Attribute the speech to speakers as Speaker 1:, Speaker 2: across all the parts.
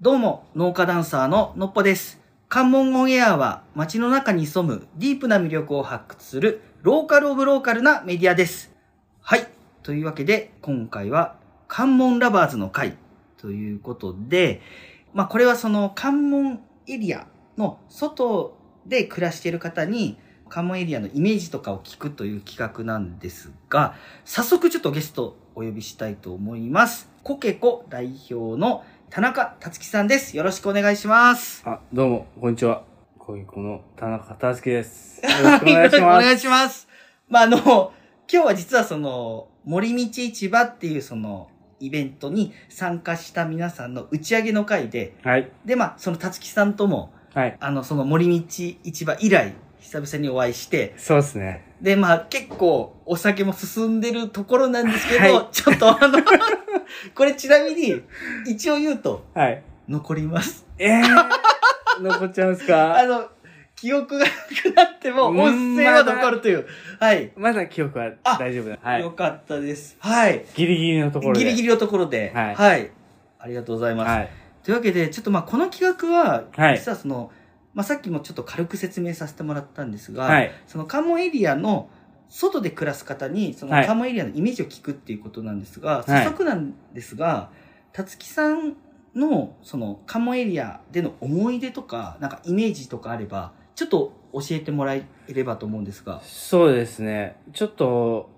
Speaker 1: どうも、農家ダンサーののっぽです。関門オンエアは街の中に潜むディープな魅力を発掘するローカルオブローカルなメディアです。はい。というわけで、今回は関門ラバーズの会ということで、まあこれはその関門エリアの外で暮らしている方に関門エリアのイメージとかを聞くという企画なんですが、早速ちょっとゲストお呼びしたいと思います。コケコ代表の田中達樹さんです。よろしくお願いします。
Speaker 2: あ、どうも、こんにちは。こういうこの田中達樹 です。よろしくお願いしま
Speaker 1: お願い
Speaker 2: す。
Speaker 1: します。まあ、あの、今日は実はその、森道市場っていうその、イベントに参加した皆さんの打ち上げの会で、
Speaker 2: はい。
Speaker 1: で、まあ、その達樹さんとも、
Speaker 2: はい。
Speaker 1: あの、その森道市場以来、久々にお会いして、
Speaker 2: そうですね。
Speaker 1: で、まあ、結構、お酒も進んでるところなんですけど、
Speaker 2: は
Speaker 1: ちょっとあの、 これちなみに、一応言うと、
Speaker 2: はい。
Speaker 1: 残ります。
Speaker 2: ええー、 残っちゃうんす
Speaker 1: あ
Speaker 2: か
Speaker 1: の、記憶がなくなっても、音声は残るという。はい。
Speaker 2: まだ記憶は
Speaker 1: あ
Speaker 2: 大丈夫だ。は
Speaker 1: よ
Speaker 2: い。
Speaker 1: かったです。はい。
Speaker 2: ギリギリのところで。
Speaker 1: ギリギ
Speaker 2: リ。
Speaker 1: リのところで。
Speaker 2: はい
Speaker 1: ありがとうございます。
Speaker 2: はい。
Speaker 1: というわけで、ちょっとまあこの企画は、
Speaker 2: はい
Speaker 1: 実はその、まあさっきもちょっと軽く説明させてもらったんですが、
Speaker 2: はい。
Speaker 1: その関門エリアの外で暮らす方に、その
Speaker 2: はい
Speaker 1: 関門エリアのイメージを聞くっていうことなんですが、
Speaker 2: い
Speaker 1: 早速なんですが、たつきさんのその関門エリアでの思い出とか、なんかイメージとかあれば、ちょっと教えてもらえればと思うんですが。
Speaker 2: そうですね。ちょっと、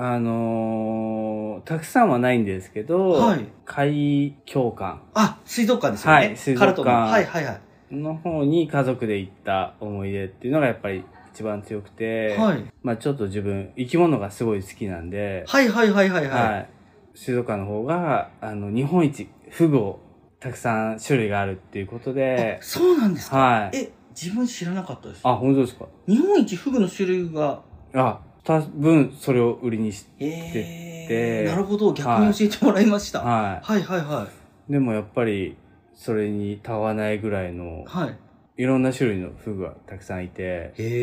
Speaker 2: あのー、たくさんはないんですけど、
Speaker 1: はい。
Speaker 2: 海教館
Speaker 1: あ、水族館ですよね。
Speaker 2: はい水族館
Speaker 1: カルトのはいはいはい。
Speaker 2: の方に家族で行った思い出っていうのがやっぱり一番強くて、
Speaker 1: はい。
Speaker 2: まあちょっと自分、生き物がすごい好きなんで、
Speaker 1: はいはいはいはいはい。
Speaker 2: はい。静岡の方が、あの、日本一、フグをたくさん種類があるっていうことで
Speaker 1: あ、そうなんですか、
Speaker 2: はい。
Speaker 1: え、自分知らなかったです。
Speaker 2: あ、本当ですか
Speaker 1: 日本一フグの種類が、
Speaker 2: あ、多分それを売りにし、
Speaker 1: え
Speaker 2: で
Speaker 1: ー、なるほど、逆に教えてもらいました。は、
Speaker 2: はい。
Speaker 1: はい、はい
Speaker 2: でもやっぱり、それにたわないぐらいの
Speaker 1: い。、はい。
Speaker 2: いろんな種類のフグがたくさんいて、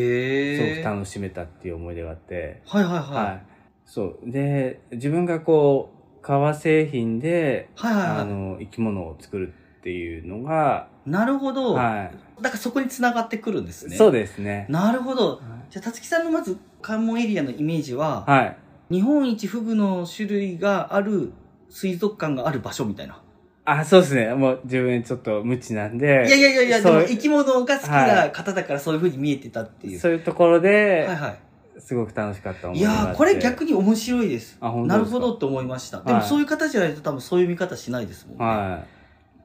Speaker 2: すご
Speaker 1: へ
Speaker 2: く楽しめたっていう思い出があって、
Speaker 1: はい、はい、
Speaker 2: は。
Speaker 1: はい
Speaker 2: そう。で、自分がこう、革製品で、
Speaker 1: い。はい、はい、
Speaker 2: あ
Speaker 1: は
Speaker 2: の、生き物を作るっていうのが、
Speaker 1: い。なるほど。
Speaker 2: は
Speaker 1: だからそこに繋がってくるんです
Speaker 2: い。
Speaker 1: ね。
Speaker 2: そう
Speaker 1: う
Speaker 2: ですね。
Speaker 1: なるほど。
Speaker 2: はい
Speaker 1: じゃあ、たつきさんのまず関門エリアのイメージは、
Speaker 2: はい。
Speaker 1: 日本一フグの種類がある水族館がある場所みたいな。
Speaker 2: あ、そうですね。もう自分ちょっと無知なんで。
Speaker 1: いやいやいやいや、で
Speaker 2: そう
Speaker 1: も生き物が好き
Speaker 2: は
Speaker 1: な方だからそういう風に見えてたっていう。
Speaker 2: そういうところで、
Speaker 1: はいはい。
Speaker 2: すごく楽しかった思
Speaker 1: い
Speaker 2: い出があって
Speaker 1: やー、これ逆に面白いです。
Speaker 2: あ、本当
Speaker 1: な
Speaker 2: で
Speaker 1: る
Speaker 2: すか
Speaker 1: ほど。って思いました。でも
Speaker 2: はい
Speaker 1: そういう方じゃないと多分そういう見方しないですもんね。
Speaker 2: は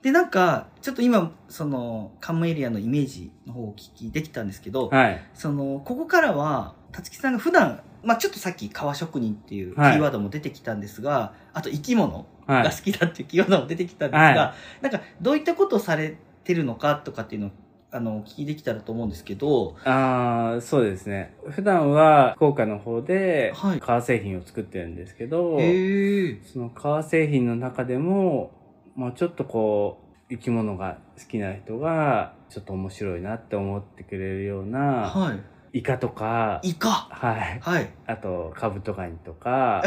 Speaker 1: で、なんか、ちょっと今、その、カムエリアのイメージの方をお聞きできたんですけど、
Speaker 2: い。はい。
Speaker 1: その、ここからは、たつきさんが普段、まあちょっとさっき革職人っていうキ
Speaker 2: はい
Speaker 1: ーワードも出てきたんですが、あと生き物
Speaker 2: は
Speaker 1: が好
Speaker 2: い。
Speaker 1: きだっていうキーワードも出てきたんですが、
Speaker 2: は
Speaker 1: なんかどういったことをされてるのかとかっていうのを、あの、お聞きできたらと思うんですけど、
Speaker 2: あーそうですね。普段は、福岡の方で
Speaker 1: はい、
Speaker 2: 革製品を作ってるんですけど、
Speaker 1: へえ。
Speaker 2: その革製品の中でも、まあちょっとこう、生き物が好きな人が、ちょっと面白いなって思ってくれるような、
Speaker 1: は
Speaker 2: イカとか
Speaker 1: い。、イカ
Speaker 2: はい。
Speaker 1: はい。
Speaker 2: あと、カブトガニ とか、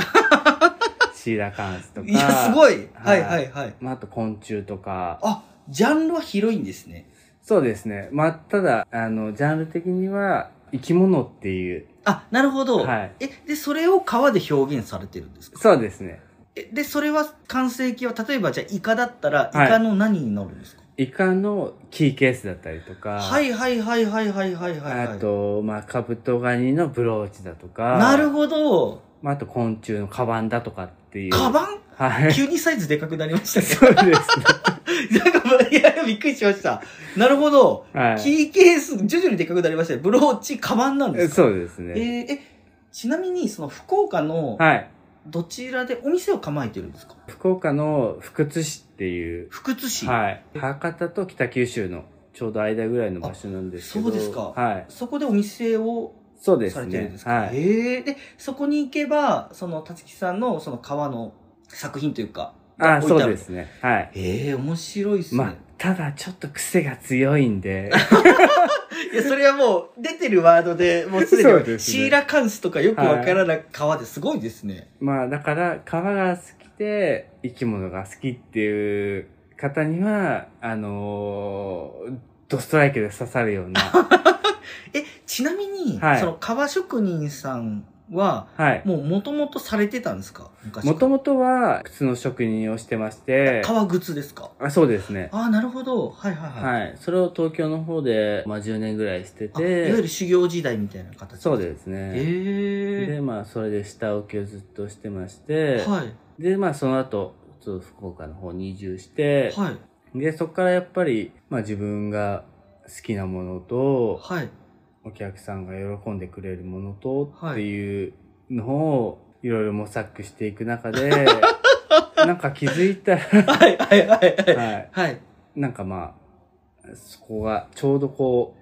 Speaker 2: シーラカンスとか、
Speaker 1: いや、すごい。は
Speaker 2: はいい
Speaker 1: はいはい。
Speaker 2: まあ、あと昆虫とか、
Speaker 1: あ、ジャンルは広いんですね。
Speaker 2: そうですね。まあ、ただ、あの、ジャンル的には、生き物っていう、
Speaker 1: あ、なるほど。
Speaker 2: はい。
Speaker 1: え、で、それを川で表現されてるんですか
Speaker 2: そうですね。
Speaker 1: えで、それは完成形は、例えばじゃあイカだったら、イ
Speaker 2: はい
Speaker 1: カの何になるんですか、
Speaker 2: イカのキーケースだったりとか、
Speaker 1: はい、はいはいはいはいはいはい。
Speaker 2: あと、まあ、カブトガニのブローチだとか、
Speaker 1: なるほど。
Speaker 2: まあ、あと昆虫のカバンだとかっていう。
Speaker 1: カバン
Speaker 2: はい。
Speaker 1: 急にサイズでかくなりましたね。
Speaker 2: そうですね。
Speaker 1: なんか、いや、びっくりしました。なるほど。
Speaker 2: は
Speaker 1: キーケース、徐々にでかくなりましたね。ブローチ、カバンなんで
Speaker 2: い。
Speaker 1: すか
Speaker 2: そうです
Speaker 1: え
Speaker 2: ね。
Speaker 1: ーえ、ちなみに、その、福岡の、
Speaker 2: はい。
Speaker 1: どちらでお店を構えてるんですか
Speaker 2: 福岡の福津市っていう、
Speaker 1: 福津市。
Speaker 2: はい。博多と北九州のちょうど間ぐらいの場所なんですけど。
Speaker 1: あそうですか
Speaker 2: はい。
Speaker 1: そこでお店を
Speaker 2: そうで
Speaker 1: さ
Speaker 2: す
Speaker 1: れてるん
Speaker 2: ね
Speaker 1: で。すか、
Speaker 2: はい。
Speaker 1: へえで、そこに行けば、その、たつきさんの、その、川の作品というか。
Speaker 2: あ、
Speaker 1: 置いて
Speaker 2: そ
Speaker 1: あ
Speaker 2: う
Speaker 1: る
Speaker 2: ですね。はい。
Speaker 1: ええ面白いっすね。
Speaker 2: まあ、ただちょっと癖が強いん で。
Speaker 1: いや、それはもう、出てるワードで、もうす
Speaker 2: そう
Speaker 1: で
Speaker 2: で
Speaker 1: に、
Speaker 2: す
Speaker 1: シ
Speaker 2: ね
Speaker 1: ーラカンスとかよくわからない川ですごいですね。
Speaker 2: まあ、だから、川が好きで、生き物が好きっていう方には、あのードストライクで刺さる ような、
Speaker 1: え、ちなみに、
Speaker 2: はい
Speaker 1: その革職人さんは、
Speaker 2: はい。
Speaker 1: もう元々されてたんですか昔
Speaker 2: も
Speaker 1: から
Speaker 2: ともとは靴の職人をしてまして、
Speaker 1: 革靴ですか
Speaker 2: あそうですね。
Speaker 1: ああ、なるほど。はいはいはい。
Speaker 2: はい。それを東京の方で、まあ、10年ぐらいして
Speaker 1: あいわゆ
Speaker 2: て、
Speaker 1: る修行時代みたいな形
Speaker 2: そう
Speaker 1: す。
Speaker 2: ですね。
Speaker 1: え
Speaker 2: で、まあ、それで下請けをずっとしてまして、
Speaker 1: えはい。
Speaker 2: で、まあ、その後、ちょっと福岡の方に移住して、
Speaker 1: はい。
Speaker 2: で、そこからやっぱり、まあ、自分が好きなものと、
Speaker 1: はい。
Speaker 2: お客さんが喜んでくれるものと
Speaker 1: はい
Speaker 2: っていうのをいろいろ模索していく中 で、なんか気づいたら、
Speaker 1: はいはいはいはい。
Speaker 2: はい、
Speaker 1: はい。
Speaker 2: なんかまあ、そこがちょうどこ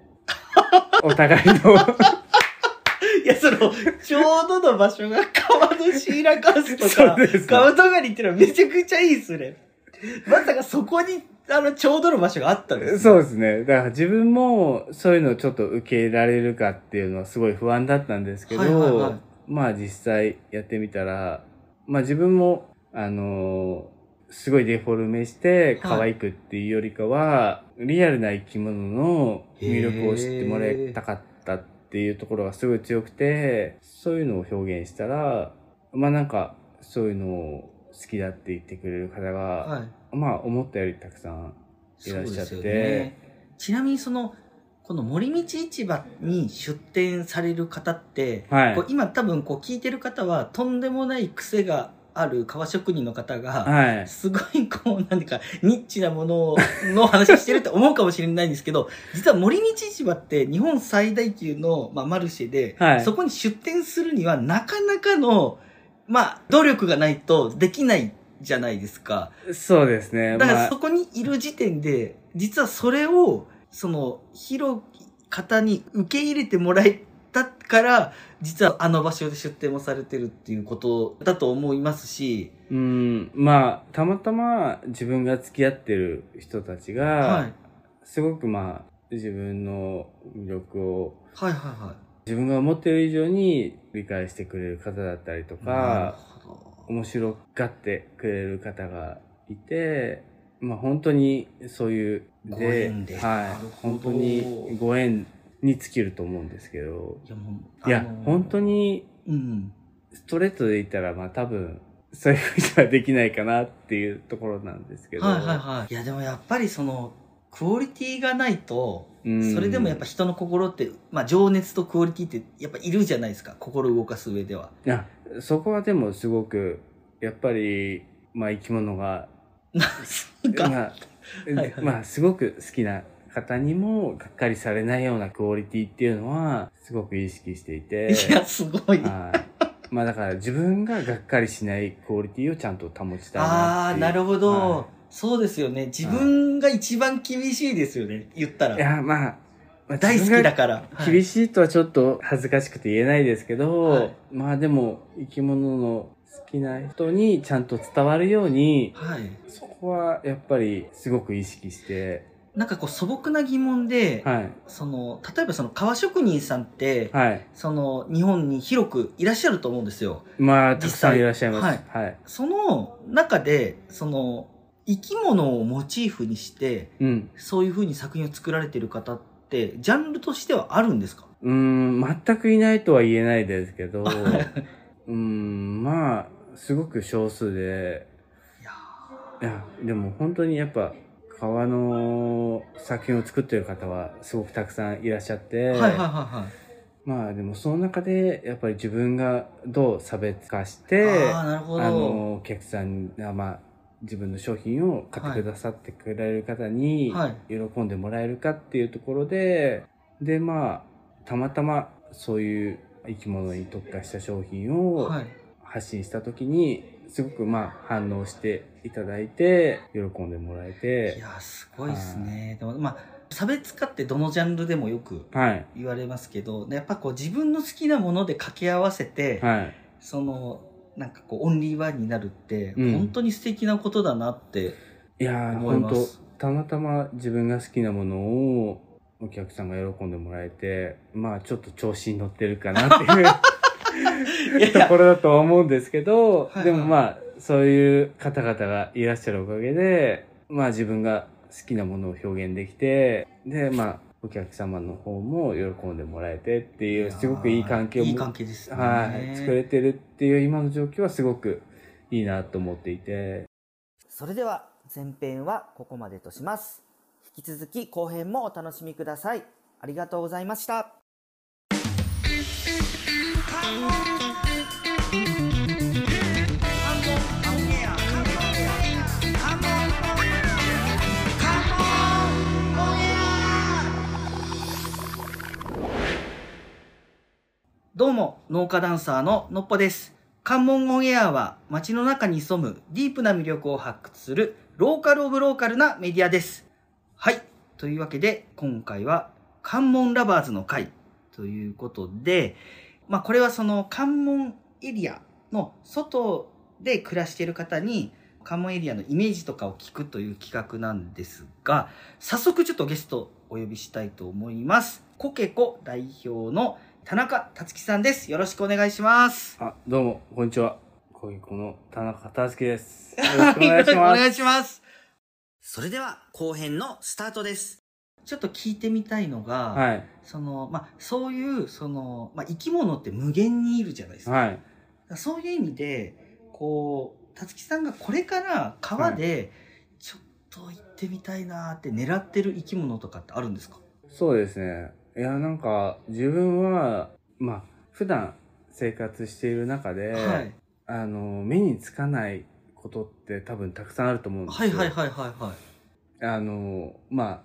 Speaker 2: う、 お互いの、
Speaker 1: いや、その、ちょうどの場所が川のシーラカンスと
Speaker 2: そ
Speaker 1: か
Speaker 2: うです、
Speaker 1: 川とがりっていうのはめちゃくちゃいいですね。まさかそこに、あの、ちょうどの場所があったんです、ね。
Speaker 2: そうですね。だから自分もそういうのをちょっと受け入れられるかっていうのはすごい不安だったんですけど、
Speaker 1: はいはいはい
Speaker 2: まあ実際やってみたら、まあ自分も、あのーすごいデフォルメして可愛くっていうよりかは、リアルな生き物の魅力を知ってもらいたかったっていうところがすごい強くて、そういうのを表現したら、まあなんかそういうのを好きだって言ってくれる方が、
Speaker 1: はい。
Speaker 2: まあ思ったよりたくさんいらっしゃって
Speaker 1: そうですよね。ちなみにその、この森道市場に出店される方って、
Speaker 2: はい
Speaker 1: こう今多分こう聞いてる方は、とんでもない癖がある革職人の方が、
Speaker 2: はい。
Speaker 1: すごいこう、なんていうか、ニッチなものの話してるって思うかもしれないんですけ ど、実は森道市場って日本最大級の、まあ、マルシェで、
Speaker 2: はい
Speaker 1: そこに出店するにはなかなかの、まあ、努力がないとできないじゃないですか。
Speaker 2: そうですね。
Speaker 1: だか
Speaker 2: ま
Speaker 1: ら
Speaker 2: あ
Speaker 1: そ、こにいる時点で、実はそれを、その、広き方に受け入れてもらえたから、実はあの場所で出店もされてるっていうことだと思いますし、
Speaker 2: うん、まあ、たまたま自分が付き合ってる人たちが、
Speaker 1: はい。
Speaker 2: すごくまあ、自分の魅力を、
Speaker 1: はいはいは
Speaker 2: 自分が思ってる以上に理解してくれる方だったりと
Speaker 1: い。なる
Speaker 2: か、
Speaker 1: ほど
Speaker 2: 面白がってくれる方がいて、まあ本当にそういう、
Speaker 1: ご縁でな
Speaker 2: は
Speaker 1: る
Speaker 2: い、
Speaker 1: ほど
Speaker 2: 本当にご縁に尽きると思うんですけど、
Speaker 1: いや、もう、
Speaker 2: いや
Speaker 1: あの、
Speaker 2: 本当。に
Speaker 1: うん。
Speaker 2: ストレートで言ったら、まあ多分、そういうふうにはできないかなっていうところなんですけど。
Speaker 1: はいはいはい。いや、でもやっぱりその、クオリティがないと、
Speaker 2: うん
Speaker 1: それでもやっぱ人の心って、まあ情熱とクオリティってやっぱいるじゃないですか。心動かす上では。
Speaker 2: いや、そこはでもすごく、やっぱり、まあ生き物が、
Speaker 1: なんか、
Speaker 2: まあ、
Speaker 1: はいはい
Speaker 2: まあすごく好きな方にも、がっかりされないようなクオリティっていうのは、すごく意識していて。
Speaker 1: いや、すごい。
Speaker 2: はい。まあだから自分ががっかりしないクオリティをちゃんと保ちたいな
Speaker 1: ああ
Speaker 2: ってい
Speaker 1: ー、
Speaker 2: う。
Speaker 1: なるほど、
Speaker 2: は
Speaker 1: そうですよね。自分が一番厳しいですよね。言った
Speaker 2: い、い
Speaker 1: ら。
Speaker 2: や、まあ、まあ
Speaker 1: 大好
Speaker 2: 自分
Speaker 1: き
Speaker 2: が
Speaker 1: だから。はい
Speaker 2: 厳しいとはちょっと恥ずかしくて言えないですけど、
Speaker 1: はい
Speaker 2: まあでも生き物の好きな人にちゃんと伝わるように
Speaker 1: はい。
Speaker 2: そこはやっぱりすごく意識して
Speaker 1: なんかこう素朴な疑問で、
Speaker 2: はい
Speaker 1: その、例えばその革職人さんって、
Speaker 2: はい
Speaker 1: その日本に広くいらっしゃると思うんですよ。
Speaker 2: まあ
Speaker 1: 実際
Speaker 2: たくさんいらっしゃいますはい、
Speaker 1: その中で、その生き物をモチーフにして、
Speaker 2: うん
Speaker 1: そういう風に作品を作られてる方って、ジャンルとしてはあるんですか
Speaker 2: うーん全くいないとは言えないですけ どうーんまあすごく少数で
Speaker 1: いや
Speaker 2: いやでも本当にやっぱ川の作品を作ってる方はすごくたくさんいらっしゃって、
Speaker 1: ーはいはいはいはい。
Speaker 2: まあでもその中でやっぱり自分がどう差別化して
Speaker 1: ああ、
Speaker 2: あ
Speaker 1: なるほど。
Speaker 2: のお客さんがまあ自分の商品を買ってくださってくれる方に
Speaker 1: はい
Speaker 2: 喜んでもらえるかっていうところで、でまあたまたまそういう生き物に特化した商品を
Speaker 1: はい。
Speaker 2: 発信した時にすごくまあ反応していただいて喜んでもらえ
Speaker 1: い
Speaker 2: て
Speaker 1: やーすごいですね。でもまあ差別化ってどのジャンルでもよく
Speaker 2: はい
Speaker 1: 言われますけど、やっぱこう自分の好きなもので掛け合わせて、
Speaker 2: はい
Speaker 1: そのなんかこうオンリーワンになるって、
Speaker 2: うん
Speaker 1: 本当に素敵なことだなって。
Speaker 2: いやー
Speaker 1: 思い
Speaker 2: 本
Speaker 1: ます
Speaker 2: 当たまたま自分が好きなものをお客さんが喜んでもらえてまあちょっと調子に乗ってるかなっていう
Speaker 1: いやい
Speaker 2: と
Speaker 1: や
Speaker 2: ころだとは思うんですけど
Speaker 1: はいはい
Speaker 2: でもまあそういう方々がいらっしゃるおかげでまあ自分が好きなものを表現できて、で、まあお客様の方も喜んでもらえてっていう、すごくいい関係を
Speaker 1: いい
Speaker 2: も、
Speaker 1: 関係ですね。
Speaker 2: はい、作れてるっていう今の状況はすごくいいなと思っていて、
Speaker 3: それでは前編はここまでとします。引き続き後編もお楽しみください。ありがとうございました。
Speaker 1: どうも、農家ダンサーののっぽです。関門オンエアは街の中に潜むディープな魅力を発掘するローカルオブローカルなメディアです。はい。というわけで、今回は関門ラバーズの会ということで、まあこれはその関門エリアの外で暮らしている方に関門エリアのイメージとかを聞くという企画なんですが、早速ちょっとゲストをお呼びしたいと思います。コケコ代表の田中達樹さんです。よろしくお願いします。
Speaker 2: あ、どうも、こんにちは。こういうこの田中達 樹です。よろしくお願いし
Speaker 1: お
Speaker 2: ま
Speaker 1: 願い
Speaker 2: す。
Speaker 1: します。
Speaker 3: それでは後編のスタートです。
Speaker 1: ちょっと聞いてみたいのが、
Speaker 2: はい、
Speaker 1: その、まあ、そういう、その、まあ、生き物って無限にいるじゃないですか。だか
Speaker 2: はい、
Speaker 1: らそういう意味で、こう、たつきさんがこれから川で、ちょっと行ってみたいなーって狙ってる生き物とかってあるんですか
Speaker 2: そうですね。いや、なんか、自分は、まあ、普段生活している中で、
Speaker 1: はい。
Speaker 2: あの、目につかないことって多分たくさんあると思うんです
Speaker 1: はい
Speaker 2: よ。
Speaker 1: はいはいはいは
Speaker 2: あの、まあ、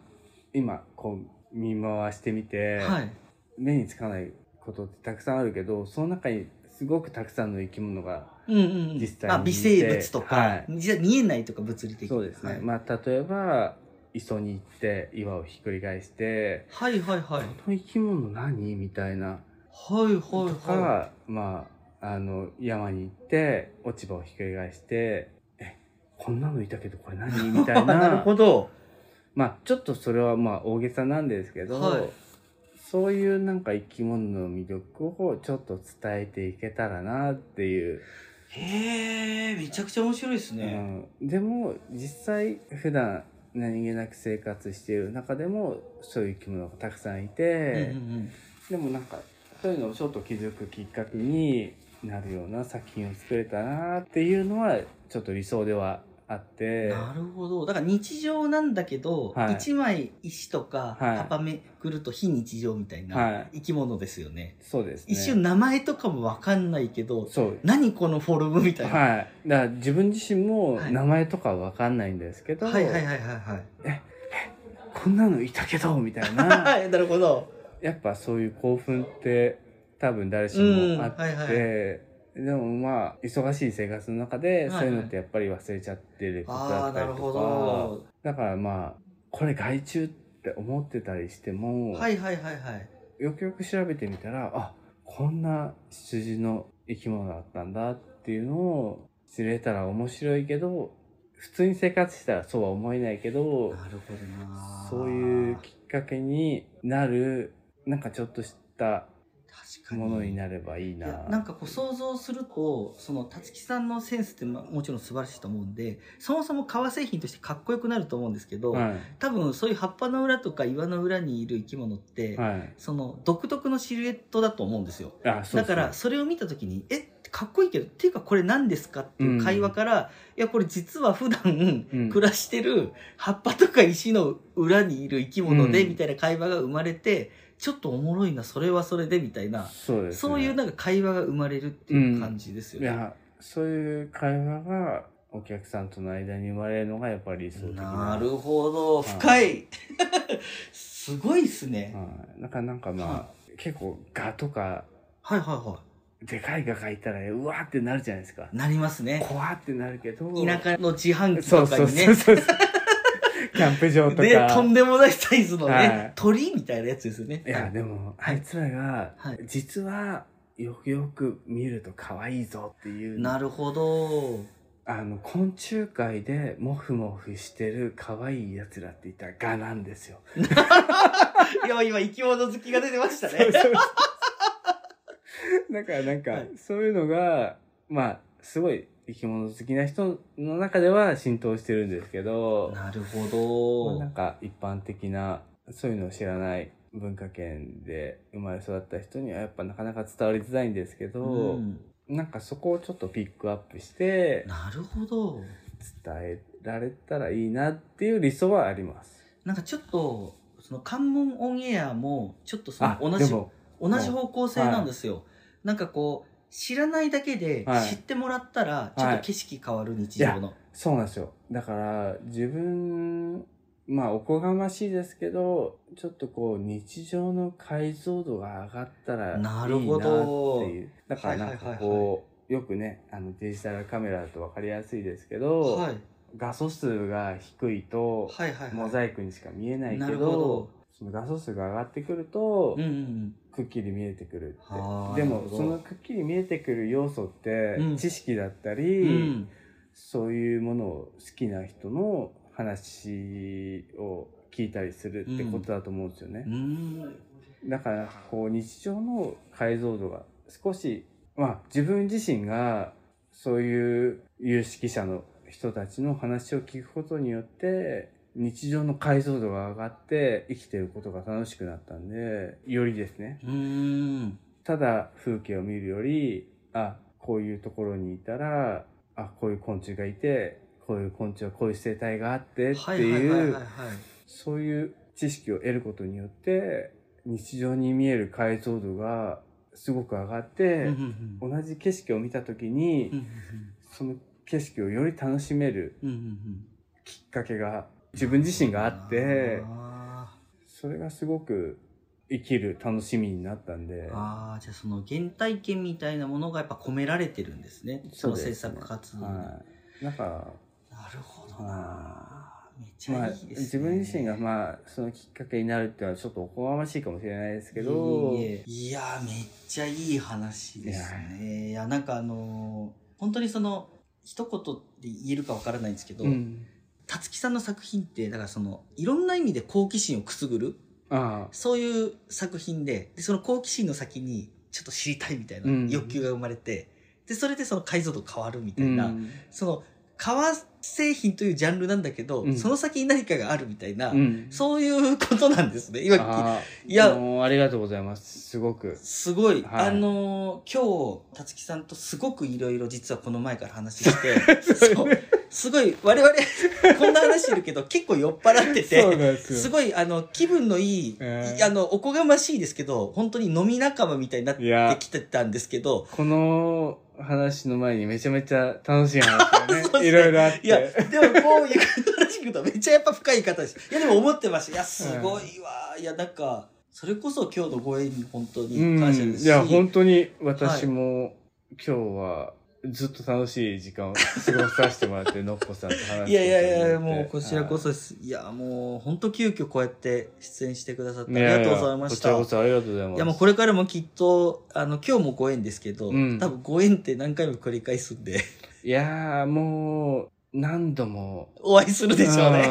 Speaker 2: 今、こう、見回してみて、
Speaker 1: い。はい。
Speaker 2: 目につかないことってたくさんあるけど、その中にすごくたくさんの生き物が、
Speaker 1: うんうんうん。
Speaker 2: 実際に
Speaker 1: まあ、微生物とか、
Speaker 2: はい
Speaker 1: じゃ見えないとか物理的に
Speaker 2: そうですね。
Speaker 1: はい
Speaker 2: まあ、例えば、磯に行って、岩をひっくり返して、
Speaker 1: はいはいはい。
Speaker 2: この生き物何みたい
Speaker 1: はい
Speaker 2: な。と
Speaker 1: は
Speaker 2: か、
Speaker 1: いは
Speaker 2: まあ、あの、山に行って、落ち葉をひっくり返して、え、こんなのいたけどこ れ何みた
Speaker 1: い。
Speaker 2: いな。
Speaker 1: なるほど。
Speaker 2: まあ、ちょっとそれはまあ大げさなんですけど、
Speaker 1: はい
Speaker 2: そういうなんか生き物の魅力をちょっと伝えていけたらなっていう。
Speaker 1: へえ、めちゃくちゃ面白いですね。
Speaker 2: うん、でも、実際普段何気なく生活している中でも、そういう生き物がたくさんいて、
Speaker 1: うんうんうん
Speaker 2: でもなんか、そういうのをちょっと気づくきっかけになるような作品を作れたなっていうのは、ちょっと理想ではあって、
Speaker 1: なるほど。だから日常なんだけど、
Speaker 2: はい
Speaker 1: 一枚石とか
Speaker 2: はい
Speaker 1: 葉っぱめくると非日常みたいな
Speaker 2: はい。
Speaker 1: 生き物ですよね。
Speaker 2: そうですね。
Speaker 1: 一瞬名前とかもわかんないけど、
Speaker 2: そう。
Speaker 1: 何このフォルムみたいな。は
Speaker 2: はい。だから自分自身も
Speaker 1: はい
Speaker 2: 名前とかわかんないんですけ
Speaker 1: い
Speaker 2: ど、
Speaker 1: はいはいはいは
Speaker 2: こんなのいたけど、みたい
Speaker 1: い。
Speaker 2: な。
Speaker 1: はい、なるほど。
Speaker 2: やっぱそういう興奮って多分誰し
Speaker 1: うん。
Speaker 2: も
Speaker 1: は
Speaker 2: あ
Speaker 1: い
Speaker 2: って、
Speaker 1: はい。
Speaker 2: でもまあ、忙しい生活の中で、
Speaker 1: いはい
Speaker 2: そういうのってやっぱり忘れちゃってること
Speaker 1: あ
Speaker 2: だ
Speaker 1: あ、
Speaker 2: った
Speaker 1: な
Speaker 2: り
Speaker 1: る
Speaker 2: とか、
Speaker 1: ほど。
Speaker 2: だからまあ、これ害虫って思ってたりしても、
Speaker 1: はいはいはいはい。
Speaker 2: よくよく調べてみたら、あ、こんな羊の生き物だったんだっていうのを知れたら面白いけど、普通に生活したらそうは思えないけど、
Speaker 1: なるほどな。
Speaker 2: そういうきっかけになる、なんかちょっとした
Speaker 1: 確かに
Speaker 2: ものになればいい
Speaker 1: い
Speaker 2: な。
Speaker 1: やなんかこう想像するとそのたつきさんのセンスってまあもちろん素晴らしいと思うんでそもそも革製品としてかっこよくなると思うんですけど、
Speaker 2: はい。
Speaker 1: 多分そういう葉っぱの裏とか岩の裏にいる生き物って、
Speaker 2: はい。
Speaker 1: その独特のシルエットだと思うんですよ
Speaker 2: あ、そう
Speaker 1: だからそれを見た時に「えかっこいいけどっていうかこれ何ですか?」っていう会話から「いやこれ実は普段
Speaker 2: うん
Speaker 1: 暮らしてる葉っぱとか石の裏にいる生き物で」
Speaker 2: うん
Speaker 1: みたいな会話が生まれてちょっとおもろいなそれはそれでみたいな
Speaker 2: そうです、ね。
Speaker 1: そういうなんか会話が生まれるっていう感じですよ
Speaker 2: い
Speaker 1: ね。
Speaker 2: や、そういう会話がお客さんとの間に生まれるのがやっぱり理想的
Speaker 1: なるほど
Speaker 2: はい
Speaker 1: 深いすごいっすね。
Speaker 2: はい。だからなんかまあ、
Speaker 1: は
Speaker 2: 結構ガとか、
Speaker 1: はいはいは
Speaker 2: でかいガがいたら、うわーってなるじゃないですか
Speaker 1: い。。なりますね。
Speaker 2: 怖ーってなるけど。
Speaker 1: 田舎の自販機
Speaker 2: そ
Speaker 1: と
Speaker 2: う
Speaker 1: か
Speaker 2: そう
Speaker 1: にね
Speaker 2: そうそう。 キャンプ場とか。
Speaker 1: でとんでもないサイズのね、
Speaker 2: はい
Speaker 1: 鳥みたいなやつですよね
Speaker 2: いや、でも、
Speaker 1: は
Speaker 2: あ
Speaker 1: い
Speaker 2: いつらが
Speaker 1: はい、
Speaker 2: 実は、よくよく見ると可愛いぞっていう。
Speaker 1: なるほど
Speaker 2: あの、昆虫界でモフモフしてる可愛い奴らって言ったらガなんです よ。
Speaker 1: いや今生き物好きが出てました
Speaker 2: そう
Speaker 1: ね
Speaker 2: そうそうだからなんか、
Speaker 1: はい
Speaker 2: そういうのが、まあ、すごい生き物好きな人の中では浸透してるんですけど、
Speaker 1: なるほ
Speaker 2: ま
Speaker 1: ど
Speaker 2: あなん。か一般的なそういうのを知らない文化圏で生まれ育った人にはやっぱなかなか伝わりづらいんですけど、
Speaker 1: うん
Speaker 2: なんかそこをちょっとピックアップして
Speaker 1: なるほど。
Speaker 2: 伝えられたらいいなっていう理想はあります。
Speaker 1: なんかちょっと、その関門オンエアも、ちょっとそ
Speaker 2: あ
Speaker 1: の、同
Speaker 2: で
Speaker 1: じ、
Speaker 2: も、
Speaker 1: 同じ方向性なんですよ。なんかこう、知らないだけで
Speaker 2: はい
Speaker 1: 知ってもらったら、ちょっと景色変わる日常の。
Speaker 2: そうなんですよ。だから自分、まあおこがましいですけど、ちょっとこう日常の解像度が上がったらいいな
Speaker 1: な
Speaker 2: って
Speaker 1: るほど
Speaker 2: いう。だからなん
Speaker 1: は
Speaker 2: か
Speaker 1: いはいはいは
Speaker 2: こう、よくね、あのデジタルカメラだと分かりやすいですけど、
Speaker 1: はい。
Speaker 2: 画素数が低いと、
Speaker 1: はいはいはい。
Speaker 2: モザイクにしか見えないけ
Speaker 1: なる
Speaker 2: ど、
Speaker 1: ほど
Speaker 2: その画素数が上がってくると、
Speaker 1: うんうん
Speaker 2: くっきり見えてくるって
Speaker 1: はあ
Speaker 2: で
Speaker 1: なる
Speaker 2: も
Speaker 1: ほど
Speaker 2: そのくっきり見えてくる要素って
Speaker 1: うん
Speaker 2: 知識だった
Speaker 1: う
Speaker 2: り、
Speaker 1: ん。うん。
Speaker 2: そういうものを好きな人の話を聞いたりするってことだと思うんですよね
Speaker 1: う、ん。
Speaker 2: だからこう日常の解像度が少しまあ自分自身がそういう有識者の人たちの話を聞くことによって日常の解像度が上がって生きてることが楽しくなったんでよりですね
Speaker 1: うん。
Speaker 2: ただ風景を見るよりあこういうところにいたらあこういう昆虫がいてこういう昆虫はこういう生態があってって
Speaker 1: はいはいはい
Speaker 2: い
Speaker 1: はいうはい。
Speaker 2: そういう知識を得ることによって日常に見える解像度がすごく上がって、
Speaker 1: うんうんうん
Speaker 2: 同じ景色を見た時に、
Speaker 1: うん
Speaker 2: その景色をより楽しめる
Speaker 1: うんうんうんうん
Speaker 2: きっかけが自分自身があって
Speaker 1: あ
Speaker 2: それがすごく生きる楽しみになったんで
Speaker 1: ーあー、じゃあその原体験みたいなものがやっぱ込められてるんですね。その制作活動に。な
Speaker 2: はい、なんか
Speaker 1: るほどな。めっち
Speaker 2: ま
Speaker 1: ゃ
Speaker 2: あ
Speaker 1: いいですね。
Speaker 2: 自分自身がまあそのきっかけになるっていうのはちょっとおこがましいかもしれないですけど
Speaker 1: いえいえいやーめっちゃいい話ですねいやなんかあのー本当にその一言で言えるかわからないんですけど、
Speaker 2: うん、
Speaker 1: たつきさんの作品ってだからそのいろんな意味で好奇心をくすぐる
Speaker 2: ああ
Speaker 1: そういう作品ででその好奇心の先にちょっと知りたいみたいな
Speaker 2: うん
Speaker 1: 欲求が生まれて、でそれでその解像度変わるみたいな、
Speaker 2: うん
Speaker 1: その革製品というジャンルなんだけど、
Speaker 2: うん
Speaker 1: その先に何かがあるみたいな、
Speaker 2: うん
Speaker 1: そういうことなんですね今聞いて
Speaker 2: あー
Speaker 1: いや
Speaker 2: あのーありがとうございます。すごく。
Speaker 1: すごい、
Speaker 2: はい
Speaker 1: あのー今日、たつきさんとすごくいろいろ実はこの前から話 して、そう、すごい、我々、 こんな話してるけど、結構酔っ払って
Speaker 2: そうな
Speaker 1: て、
Speaker 2: んですよ
Speaker 1: すごい、あの、気分のいい、
Speaker 2: えー
Speaker 1: いあの、おこがましいですけど、本当に飲み仲間みたいになって
Speaker 2: いや
Speaker 1: きてたんですけど、
Speaker 2: この話の前にめちゃめちゃ楽しい話
Speaker 1: そ
Speaker 2: が
Speaker 1: うですね
Speaker 2: ね、いろいろあって。
Speaker 1: いや、でもこういう話聞くとめっちゃやっぱ深い方です。いや、でも思ってました。いや、すごいわ。いや、なんか、それこそ今日のご縁に本当に感謝ですし。
Speaker 2: いや、本当に私も今日はずっと楽しい時間を過ごさせてもらって、のっこさんと話すことになって
Speaker 1: いやいやいや、もうこちらこそです。いや、もう本当急遽こうやって出演してくださってあり
Speaker 2: いや
Speaker 1: がとうございました。
Speaker 2: や
Speaker 1: い
Speaker 2: こちらこそありがとうございます。
Speaker 1: や、もうこれからもきっと、あの、今日もご縁ですけど、
Speaker 2: うん
Speaker 1: 多分ご縁って何回も繰り返すんで、
Speaker 2: いやーもう何度も。
Speaker 1: お会いするでしょうね。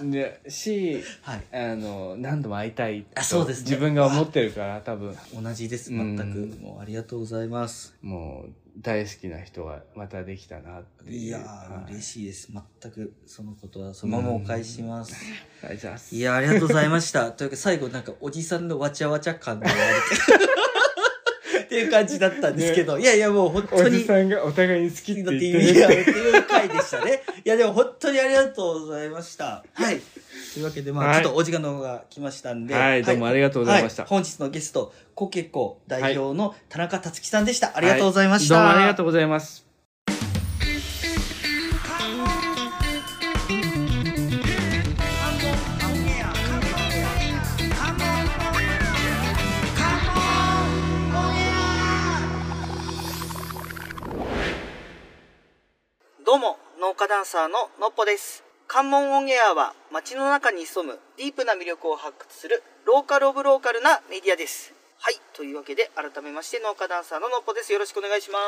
Speaker 2: うん。でし、
Speaker 1: はい。
Speaker 2: あの、何度も会いたいと
Speaker 1: あそうですね
Speaker 2: 自分が思ってるから、多分。
Speaker 1: 同じです、全く。
Speaker 2: うん
Speaker 1: もうありがとうございます。
Speaker 2: もう大好きな人がまたできたなっていう。
Speaker 1: いやー、嬉しいです。全く、そのことは、そのままお返しします。
Speaker 2: はいありがとうございます。
Speaker 1: いや、ありがとうございました。 というか、最後なんか、おじさんのわちゃわちゃ感があるって いう感じだったんですけど、いやいや、もう本当
Speaker 2: お
Speaker 1: に
Speaker 2: じ。さんがお互いに好きって
Speaker 1: だって
Speaker 2: 言
Speaker 1: い
Speaker 2: っ
Speaker 1: う
Speaker 2: て
Speaker 1: い
Speaker 2: る
Speaker 1: やっていう回でした ね。いや、でも本当にありがとうございました。はい。というわけで、まあ、
Speaker 2: はい
Speaker 1: ちょっとお時間の方が来ましたんで。
Speaker 2: はいどうもありがとうございました
Speaker 1: は本日のゲスト、コケコ代表の田中達樹さんでした。ありがとうございました。
Speaker 2: はどうもありがとうございます。
Speaker 1: どうも、農家ダンサーののっぽです。関門オンエアは街の中に潜むディープな魅力を発掘するローカルオブローカルなメディアです。はい、というわけで改めまして農家ダンサーののっぽです。よろしくお願いしま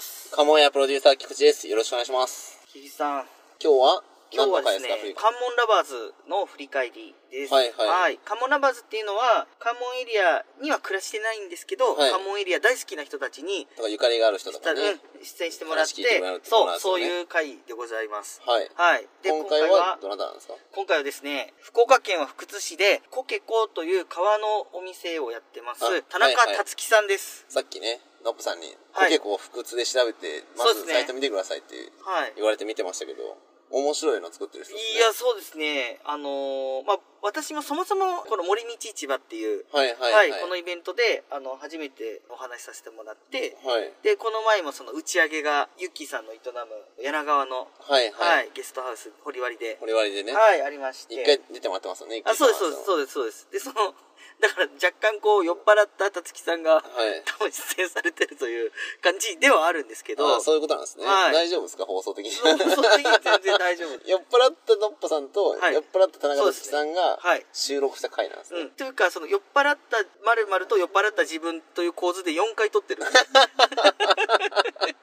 Speaker 1: す。
Speaker 4: カモンやプロデューサー菊池です。よろしくお願いします。
Speaker 1: 菊池さん、
Speaker 4: 今日は
Speaker 1: 今日はですね
Speaker 4: 何の回です、か
Speaker 1: 関門ラバーズの振り返りです。
Speaker 4: はいはい
Speaker 1: 関門ラバーズっていうのは、関門エリアには暮らしてないんですけど、
Speaker 4: はい
Speaker 1: 関門エリア大好きな人たちに、
Speaker 4: とかゆかりがある人とかね。
Speaker 1: うん出演してもらって
Speaker 4: 話聞いてもらうってことなん
Speaker 1: そう、
Speaker 4: ですよ
Speaker 1: そう
Speaker 4: ね
Speaker 1: いう回でございます。
Speaker 4: はい。
Speaker 1: はい。で、
Speaker 4: 今回はどなたなんですか
Speaker 1: 今回はですね、福岡県は福津市で、コケコという川のお店をやってます
Speaker 4: あ、
Speaker 1: 田中
Speaker 4: はいはい
Speaker 1: 達樹さんです。
Speaker 4: さっきね、ノップさんに、
Speaker 1: はい
Speaker 4: 結構不屈で調べて、ま
Speaker 1: そうです
Speaker 4: ず
Speaker 1: ね
Speaker 4: サイト見てくださいっていう
Speaker 1: はい。
Speaker 4: 言われて見てましたけど、面白いの作ってる人ですね。
Speaker 1: いや、そうですね。あのーまあ、市もそもそも、この森道市場っていう、
Speaker 4: はいは
Speaker 1: はいい、
Speaker 4: はい。
Speaker 1: このイベントで、あの、初めてお話しさせてもらって、
Speaker 4: はい。
Speaker 1: で、この前もその打ち上げが、ゆっきーさんの営む柳川の、
Speaker 4: はい
Speaker 1: はい、
Speaker 4: はい。
Speaker 1: ゲストハウス、堀割で、
Speaker 4: これ割りでね、
Speaker 1: はい、ありまし
Speaker 4: 一
Speaker 1: て
Speaker 4: 回。出てもらってますよね。
Speaker 1: あ、そうです、そうです、
Speaker 4: う
Speaker 1: そうです、そうです。で、その、 だから若干こう、酔っ払ったたつきさんが、
Speaker 4: はい。
Speaker 1: 多分出演されてるという感じではあるんですけど、
Speaker 4: あそういうことなんですね。
Speaker 1: はい
Speaker 4: 大丈夫ですか放送的に。
Speaker 1: そうその時に全然大丈夫。
Speaker 4: 酔っ払ったノッパさんと、
Speaker 1: はい
Speaker 4: 酔っ払った田中樹さんが
Speaker 1: はい。
Speaker 4: 収録した回なんですね。
Speaker 1: うん、というかその酔っ払った〇〇と酔っ払った自分という構図で4回撮ってるも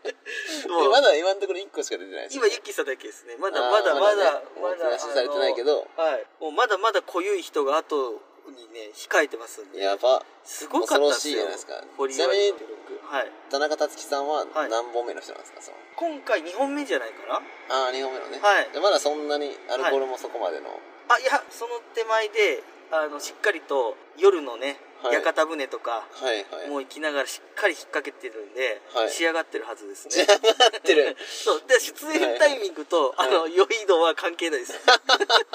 Speaker 4: で
Speaker 1: う
Speaker 4: まだ今のところ1個しか出てないですよ
Speaker 1: 今
Speaker 4: ね。
Speaker 1: ユッキーさんだけですねまだ
Speaker 4: あー
Speaker 1: まだまだ
Speaker 4: ね
Speaker 1: ま
Speaker 4: もう
Speaker 1: だ
Speaker 4: 話されてないけ
Speaker 1: ど、
Speaker 4: ど、
Speaker 1: はい、もうまだまだ濃ゆい人が後にね控えてますんで
Speaker 4: やば。
Speaker 1: すごかったですよ
Speaker 4: 恐ろしいじゃないですか
Speaker 1: 堀井
Speaker 4: ちなみに
Speaker 1: は46はい、
Speaker 4: 田中達樹さんは
Speaker 1: はい
Speaker 4: 何本目の人なんですか、その
Speaker 1: 今回2本目じゃないかな
Speaker 4: ああ、2本目のね。
Speaker 1: はい
Speaker 4: でまだそんなにアルコールもそこまでの。
Speaker 1: あいやその手前であのしっかりと夜のね、
Speaker 4: はい
Speaker 1: 屋形船とか
Speaker 4: はいはい。
Speaker 1: もう行きながらしっかり引っ掛けてるんで、
Speaker 4: はい
Speaker 1: 仕上がってるはずです
Speaker 4: 仕上
Speaker 1: ね
Speaker 4: がってる。
Speaker 1: そうで出演タイミングと、
Speaker 4: は
Speaker 1: あ
Speaker 4: い
Speaker 1: の酔い度は関係ないですは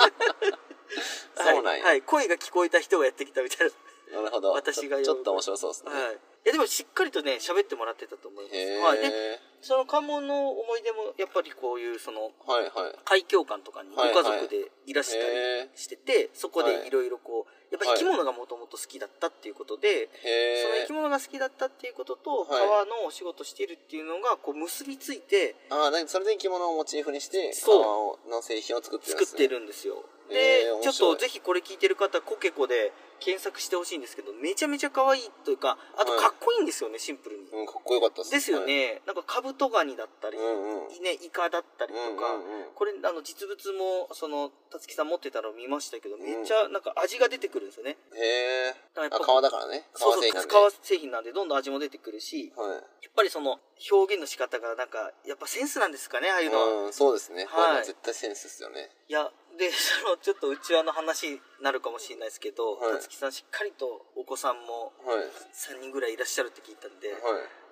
Speaker 1: い
Speaker 4: そうなんや
Speaker 1: はい、声が聞こえた人がやってきたみたいな
Speaker 4: なるほど。
Speaker 1: 私が呼
Speaker 4: ちょ
Speaker 1: ぶ
Speaker 4: ちょっと面白そうですね。
Speaker 1: はい。いやでもしっかりとね、喋ってもらってたと思います。
Speaker 4: へえ。
Speaker 1: はい。で、その関門の思い出も、やっぱりこういう、その、
Speaker 4: はいはい。
Speaker 1: 海峡館とかにご
Speaker 4: はい
Speaker 1: 家族でいらしたり
Speaker 4: へ
Speaker 1: してて、そこ
Speaker 4: は
Speaker 1: で
Speaker 4: い
Speaker 1: いろいろこう、やっぱ生き物がもともと好きだったっていうことで、
Speaker 4: え。へえ。
Speaker 1: その生き物が好きだったっていうことと、
Speaker 4: い
Speaker 1: 川のお仕事してるっていうのが、こう結びついて
Speaker 4: ああ、なんかそれで着物をモチーフにして、
Speaker 1: そう
Speaker 4: 革の製品を作ってるん
Speaker 1: 作
Speaker 4: で
Speaker 1: っ
Speaker 4: す、ね。
Speaker 1: てるんですよ。
Speaker 4: へ
Speaker 1: で、
Speaker 4: え
Speaker 1: ちょ
Speaker 4: 面
Speaker 1: っ
Speaker 4: 白い
Speaker 1: とぜひこれ聞いてる方、コケコで検索してほしいんですけど、めちゃめちゃ可愛いというか、あと
Speaker 4: はい
Speaker 1: かっこいいんですよね、シンプルに。
Speaker 4: うん、かっこよかったっす
Speaker 1: ですよ。ね、なんかカブトガニだった
Speaker 4: は
Speaker 1: り、
Speaker 4: いうんうん。
Speaker 1: ね、イカだったりとか、
Speaker 4: うんうんうん
Speaker 1: これあの実物もそのたつきさん持ってたのを見ましたけど
Speaker 4: ん
Speaker 1: めっちゃなんか味が出てくるんですよね、
Speaker 4: へえ。
Speaker 1: だからやっぱ
Speaker 4: あ、革だからね。
Speaker 1: そう
Speaker 4: 革
Speaker 1: そう革
Speaker 4: 製品なんで。
Speaker 1: 製品なんでどんどん味も出てくるし
Speaker 4: はい。
Speaker 1: やっぱりその表現の仕方がなんかやっぱセンスなんですかねああいうのは、い
Speaker 4: うん、そうですね。
Speaker 1: はい
Speaker 4: これも絶対センスですよね。
Speaker 1: やでそのちょっとうちわの話になるかもしれないですけど、
Speaker 4: はい
Speaker 1: たつきさんしっかりとお子さんも
Speaker 4: はい。はい。
Speaker 1: 3人ぐらいいらっしゃるって聞いたんで、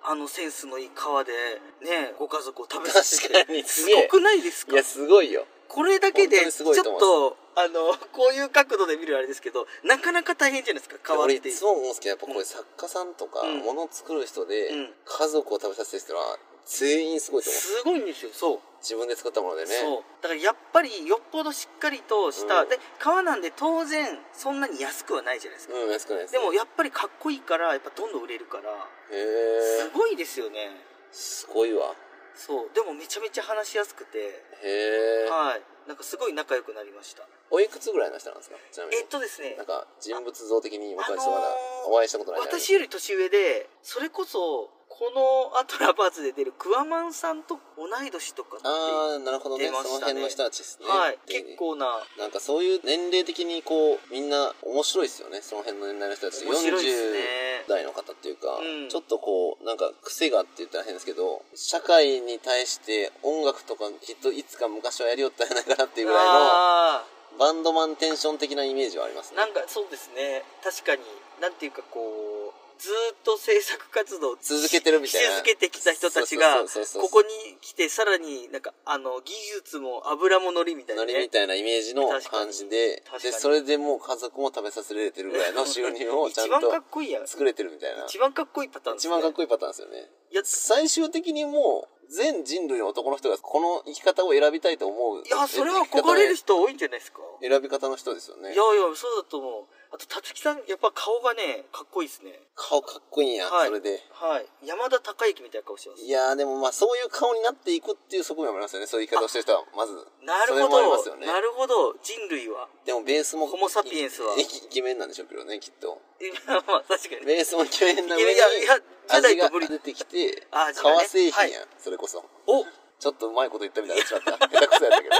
Speaker 1: あのセンスのいい皮でねご家族を食べさせて
Speaker 4: 確かに
Speaker 1: す
Speaker 4: すげえ
Speaker 1: ごくないですか
Speaker 4: いや、すごいよ。
Speaker 1: これだけで
Speaker 4: 本当に
Speaker 1: ち
Speaker 4: す
Speaker 1: ょ
Speaker 4: ご
Speaker 1: っ
Speaker 4: いと思います
Speaker 1: とあのこういう角度で見るあれですけどなかなか大変じゃないですか変わっ
Speaker 4: 俺
Speaker 1: て
Speaker 4: いつも思うんですけど、やっぱこういう作家さんとか、
Speaker 1: うん
Speaker 4: 物を作る人で
Speaker 1: うん、
Speaker 4: 家族を食べさせてる人は、全員すごいと思う。
Speaker 1: すごいんですよそう,、
Speaker 4: 自分で作ったものでね。
Speaker 1: そうだからやっぱりよっぽどしっかりとした、
Speaker 4: うん
Speaker 1: で革なんで当然そんなに安くはないじゃないですか、
Speaker 4: うん、安くないです。
Speaker 1: でも、やっぱりかっこいいからやっぱどんどん売れるから
Speaker 4: へ
Speaker 1: す
Speaker 4: え。
Speaker 1: ごいですよね
Speaker 4: すごいわ。
Speaker 1: そうでもめちゃめちゃ話しやすくて
Speaker 4: へえ。
Speaker 1: はいなんかすごい仲良くなりました
Speaker 4: おいくつぐらいの人なんですかちなみに
Speaker 1: えっ。とですね
Speaker 4: なんか、人物像的に僕はちょっと
Speaker 1: あ
Speaker 4: まだ
Speaker 1: のー
Speaker 4: お会いしたことないんで
Speaker 1: 私より年上でそれこそこのアトラバーズで出るクワマンさんと同い年とかって
Speaker 4: ああ、なるほどね。
Speaker 1: 出ま
Speaker 4: そ
Speaker 1: したね
Speaker 4: の辺の人たちですね。
Speaker 1: はい
Speaker 4: っていう
Speaker 1: 結構な
Speaker 4: なんかそういう年齢的にこう、みんな面白いですよね。その辺の年代の人たち。
Speaker 1: 面白いですね
Speaker 4: 40代の方っていうか、
Speaker 1: うん
Speaker 4: ちょっとこう、なんか癖がって言ったら変ですけど、社会に対して音楽とかきっといつか昔はやりよったんやないかなっていうぐら
Speaker 1: あ
Speaker 4: いの、バンドマンテンション的なイメージはありま
Speaker 1: ー
Speaker 4: すね。
Speaker 1: なんかそうですね確かになんていうかこうずーっと制作活動を
Speaker 4: 続けてるみたいな
Speaker 1: し続けてきた人たちが
Speaker 4: そうそうそうそうそう
Speaker 1: ここに来てさらになんかあの技術も油ものりみたいな
Speaker 4: ノリみ
Speaker 1: ね
Speaker 4: たいなイメージの感じで
Speaker 1: 確かに確か
Speaker 4: で
Speaker 1: に
Speaker 4: それでもう家族も食べさせられてるぐらいの収入をちゃん
Speaker 1: 一番かっ
Speaker 4: と
Speaker 1: こいいやん
Speaker 4: 作れてるみたいな
Speaker 1: 一番かっこいいパターンです
Speaker 4: 一
Speaker 1: ね
Speaker 4: 番かっこいいパターンですよね
Speaker 1: いや
Speaker 4: 最終的にもう全人類の男の人がこの生き方を選びたいと思う
Speaker 1: い
Speaker 4: い
Speaker 1: やそれは憧れる
Speaker 4: 人
Speaker 1: 人多いんじゃないですか
Speaker 4: 選び方の人ですよ
Speaker 1: い
Speaker 4: ね
Speaker 1: やいや、そうだと思う。あと、たつきさん、やっぱ顔がね、かっこいいですね。
Speaker 4: 顔かっこいいんや、
Speaker 1: はい
Speaker 4: それで
Speaker 1: はい。山田孝之みたいな顔してます。
Speaker 4: いやーでもまあそういう顔になっていくっていう側面もありますよねそういう生き方をしてる人はまず
Speaker 1: なる
Speaker 4: それ
Speaker 1: ほ
Speaker 4: もあり
Speaker 1: ど
Speaker 4: ま、すよね
Speaker 1: なるほど。人類 は。
Speaker 4: でもベースも
Speaker 1: ホモサピエンスはい
Speaker 4: イケメンなんでしょうけどねきっと
Speaker 1: まあまあ、確かに。
Speaker 4: ベースもイケメンな上に
Speaker 1: いやいやいやじゃない
Speaker 4: 味
Speaker 1: と
Speaker 4: が
Speaker 1: 無理
Speaker 4: 出てきて
Speaker 1: あ味がね
Speaker 4: 革製品やん、
Speaker 1: はい
Speaker 4: それこそ
Speaker 1: お
Speaker 4: ちょっとうまいこと言ったみたいになっちまった。下手くそやったけど。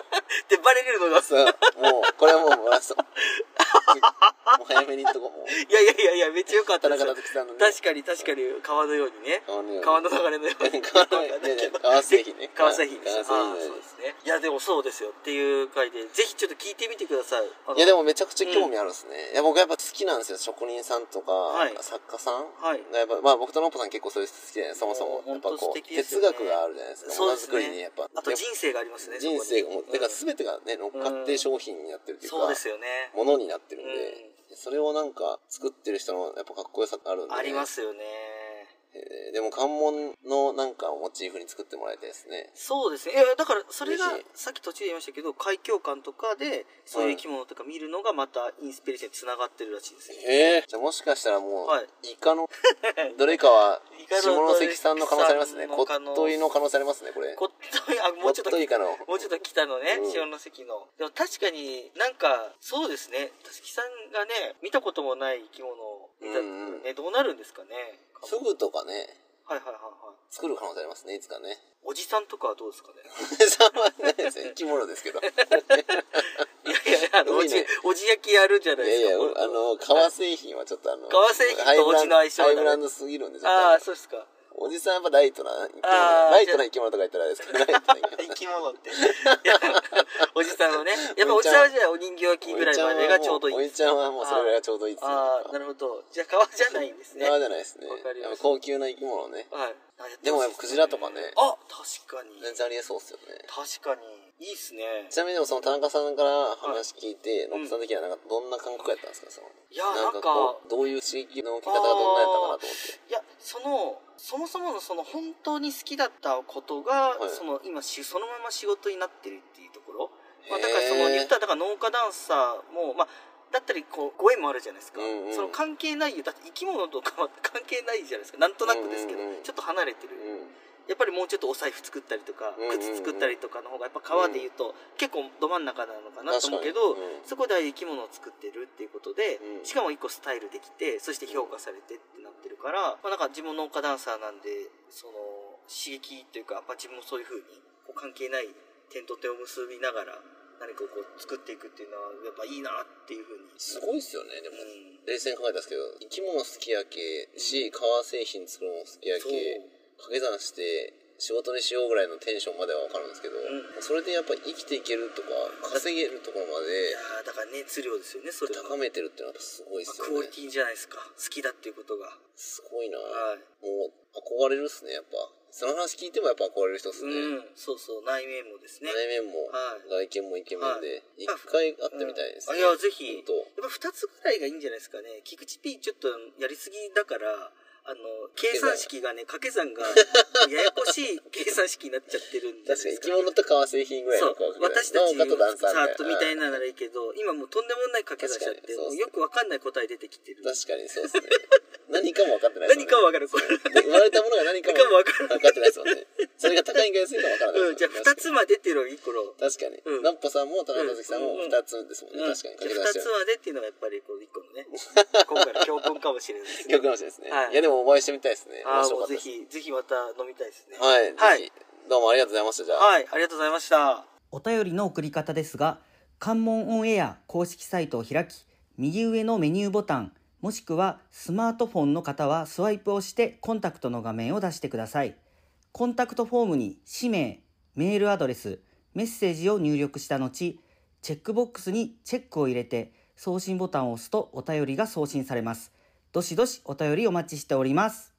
Speaker 5: てバレるのが、
Speaker 4: そう、もう、これはもう、もうそうもう早めに言っとこう。もう
Speaker 5: いやいやいやいや、めっちゃ良かった
Speaker 4: 田
Speaker 5: です
Speaker 4: 中
Speaker 5: よ。
Speaker 4: 達樹さんのね。
Speaker 5: 確かに確かに、川のようにね。
Speaker 4: 川
Speaker 5: 川の
Speaker 4: のように
Speaker 5: 流れのよう に。
Speaker 4: 川のようにね川瀬比ね
Speaker 5: 川瀬比です。あ
Speaker 4: 川
Speaker 5: あ、
Speaker 4: 瀬比
Speaker 5: そうですね。いや、でもそうですよっていう回で、ぜひちょっと聞いてみてください。あの
Speaker 4: いやでもめちゃくちゃ興味あるんですね。いや僕やっぱ好きなんですよ。職人さんとか、
Speaker 5: はい
Speaker 4: 作家さん。
Speaker 5: はい。
Speaker 4: やっぱまあ僕とノッポさん結構そういう好きじゃないそもそも。や
Speaker 5: もう
Speaker 4: っぱ
Speaker 5: 本当素
Speaker 4: こう、
Speaker 5: 敵です
Speaker 4: 哲
Speaker 5: よね
Speaker 4: 学があるじゃないですか。
Speaker 5: そう
Speaker 4: もの
Speaker 5: で
Speaker 4: づ
Speaker 5: す
Speaker 4: く
Speaker 5: ね
Speaker 4: りにやっぱ。
Speaker 5: あと人生がありますね。そこに
Speaker 4: 人生がもう、だから全てがね、乗っかって商品になってるっていうか、
Speaker 5: そうですよね。
Speaker 4: ものになってるんで、
Speaker 5: う
Speaker 4: それをなんか作ってる人のやっぱかっこよさがあるんで、
Speaker 5: ありま。すよね。
Speaker 4: えーでも関門のなんかをモチーフに作ってもらいたいですね。
Speaker 5: そうですね。いや、だから、それが
Speaker 4: 嬉しい、
Speaker 5: さっき途中で言いましたけど、海峡館とかで、そういう生き物とか見るのが、また、インスピレーションにつながってるらしいですよ。
Speaker 4: ええじゃあもしかしたらもう、
Speaker 5: はい
Speaker 4: イ カの、どれかは
Speaker 5: イ、カの
Speaker 4: 下関さんの可能性ありますね。
Speaker 5: ど
Speaker 4: 骨
Speaker 5: れかの
Speaker 4: 董の可能性ありますね、これ。
Speaker 5: こっとい、あ、もうちょっと
Speaker 4: コットイカの。
Speaker 5: もうちょっと北のね
Speaker 4: う、ん
Speaker 5: 潮の関の。でも確かになんか、そうですね、たすきさんがね、見たこともない生き物を見た、
Speaker 4: うんうん
Speaker 5: ね、どうなるんですかね。
Speaker 4: フグとかね、
Speaker 5: はいはいはいはい。
Speaker 4: 作る可能性ありますね、いつ かね。
Speaker 5: おじさんとかはどうですか ね。
Speaker 4: そうなんですね生き物で すけど。
Speaker 5: いやいや、あの、おじ
Speaker 4: 海ね、
Speaker 5: おじ焼きやるじゃない
Speaker 4: い
Speaker 5: で
Speaker 4: や
Speaker 5: すか。
Speaker 4: いや、
Speaker 5: これ
Speaker 4: あの、革製品はちょっとあの、
Speaker 5: 革製品とお家の相性だ
Speaker 4: ハ
Speaker 5: ね
Speaker 4: イブランドすぎるんで、ちょっ
Speaker 5: ああ、
Speaker 4: と
Speaker 5: そうですか。
Speaker 4: おじさんやっぱライトな生き物、
Speaker 5: あー
Speaker 4: ライトな生き物とか言ったらあれですけど、ライトな生き物。
Speaker 5: 生き物って。 いやおじさんのね。やっぱおじさんはじゃあお人形焼きぐらいまでがちょうどいい
Speaker 4: お。じちゃんはもうそれぐらいがちょうどいいですね。
Speaker 5: ああ、なるほど。じゃあ川じゃないんですね。
Speaker 4: 今
Speaker 5: はい。
Speaker 4: までないですね
Speaker 5: わかりました。
Speaker 4: やっぱ高級な生き物ね。
Speaker 5: あやってほしいすね
Speaker 4: でもやっぱクジラとかね
Speaker 5: あ、確かに。
Speaker 4: 全然ありえそうっすよね。
Speaker 5: 確かに。いいっすね。
Speaker 4: ちなみにでもその田中さんから話聞いて、
Speaker 5: はい
Speaker 4: ノップさん的にはなんかどんな感覚やったんですかその
Speaker 5: いやなんか
Speaker 4: こうどういう刺激の受け方がどんなやったかなと思って。
Speaker 5: いやそのそもそものその本当に好きだったことが、
Speaker 4: はい
Speaker 5: その今しそのまま仕事になってるっていうところ、まあ、
Speaker 4: へー
Speaker 5: だからその言ったらだから農家ダンサーも、まあ、だったりこうご縁もあるじゃないですか、
Speaker 4: うんうん
Speaker 5: その関係ないよだって生き物とかは関係ないじゃないですかなんとなくですけど、
Speaker 4: うんうんうん
Speaker 5: ちょっと離れてる、
Speaker 4: うん。
Speaker 5: やっぱりもうちょっとお財布作ったりとか、
Speaker 4: うんうんうん
Speaker 5: 靴作ったりとかの方がやっぱ川で言うと、結構ど真ん中なのかなと思うけど、
Speaker 4: 確かにうん
Speaker 5: そこでああいう生き物を作ってるっていうことで、
Speaker 4: うん
Speaker 5: しかも一個スタイルできてそして評価されてってなってるから、まあ、なんか自分農家ダンサーなんでその刺激というか、まあ、自分もそういうふうにこう関係ない点と点を結びながら何かをこう作っていくっていうのはやっぱいいなっていうふうに。
Speaker 4: すごいっすよね、で
Speaker 5: う
Speaker 4: も。
Speaker 5: ん
Speaker 4: 冷静に考えたんですけど、生き物好きやけし、革製品作るのも好きや
Speaker 5: そう
Speaker 4: け、掛け算して仕事にしようぐらいのテンションまではわかるんですけど、
Speaker 5: ん
Speaker 4: それでやっぱ生きていけるとか、稼げるところま
Speaker 5: い
Speaker 4: で
Speaker 5: やーだから熱量ですよねそれ
Speaker 4: 高めてるってのはやっぱすごいっす
Speaker 5: クオ
Speaker 4: よ
Speaker 5: リ
Speaker 4: ね。
Speaker 5: ティじゃないですか好きだっていうことが
Speaker 4: すごいな、
Speaker 5: はい
Speaker 4: もう憧れるっすね、やっぱ。その話聞いてもやっぱ憧れる人っすね。
Speaker 5: うん、そうそう、内面もですね。
Speaker 4: 内面も、
Speaker 5: は
Speaker 4: 外見もイケメンで、一、
Speaker 5: はい
Speaker 4: 回会ってみたいです、
Speaker 5: うんあいや、ぜひ。や
Speaker 4: ほんと
Speaker 5: っぱ二つぐらいがいいんじゃないですかね。菊池 P ちょっとやりすぎだから、あの、計算式 がね、掛け算がややこしい計算式になっちゃってるんです
Speaker 4: 確かに生き物と革製品ぐらい
Speaker 5: そ
Speaker 4: の
Speaker 5: う
Speaker 4: 子はかけ
Speaker 5: 私たち
Speaker 4: 農家とダンサー
Speaker 5: さーっとみたい
Speaker 4: な。
Speaker 5: なならいいけど今もうとんでもない掛け算しちゃって
Speaker 4: 確か
Speaker 5: もう
Speaker 4: にそうっすね
Speaker 5: よくわかんない答え出てきてる
Speaker 4: 確かにそうですね。 何かも分かってないです
Speaker 5: 何か
Speaker 4: も
Speaker 5: わ
Speaker 4: んね。
Speaker 5: かるこれ
Speaker 4: で生まれたものが何かも
Speaker 5: 何かも分かる
Speaker 4: 分かってないですもんね。それが高いんか安いんか分からない
Speaker 5: うんじゃあ二つまでっていうのがいい頃
Speaker 4: 確かに。
Speaker 5: うん
Speaker 4: ナッポさんも田中樹さんも
Speaker 5: うん
Speaker 4: 二つですもんね。
Speaker 5: うん
Speaker 4: 確かに。
Speaker 5: じ
Speaker 4: 掛け
Speaker 5: ゃあ二つ
Speaker 4: 出して
Speaker 5: までっていうのがやっぱりこう一個 のね今回の教訓かもしれないですね
Speaker 4: 曲かもしれないですね、
Speaker 5: はい
Speaker 4: い。や、でもお会いしてみたいですね。
Speaker 5: あ
Speaker 4: 面
Speaker 5: あ、
Speaker 4: 白
Speaker 5: も
Speaker 4: か
Speaker 5: う
Speaker 4: った
Speaker 5: ぜ
Speaker 4: です。
Speaker 5: ひ、ぜひまた飲みたいですね。
Speaker 4: はい。
Speaker 5: はい
Speaker 4: ぜひ。どうもありがとうございました。じゃあ。
Speaker 5: はい、ありがとうございました。
Speaker 3: お便りの送り方ですが、関門オンエア公式サイトを開き、右上のメニューボタン、もしくはスマートフォンの方はスワイプをしてコンタクトの画面を出してください。コンタクトフォームに氏名、メールアドレス、メッセージを入力した後、チェックボックスにチェックを入れて送信ボタンを押すとお便りが送信されます。どしどしお便りお待ちしております。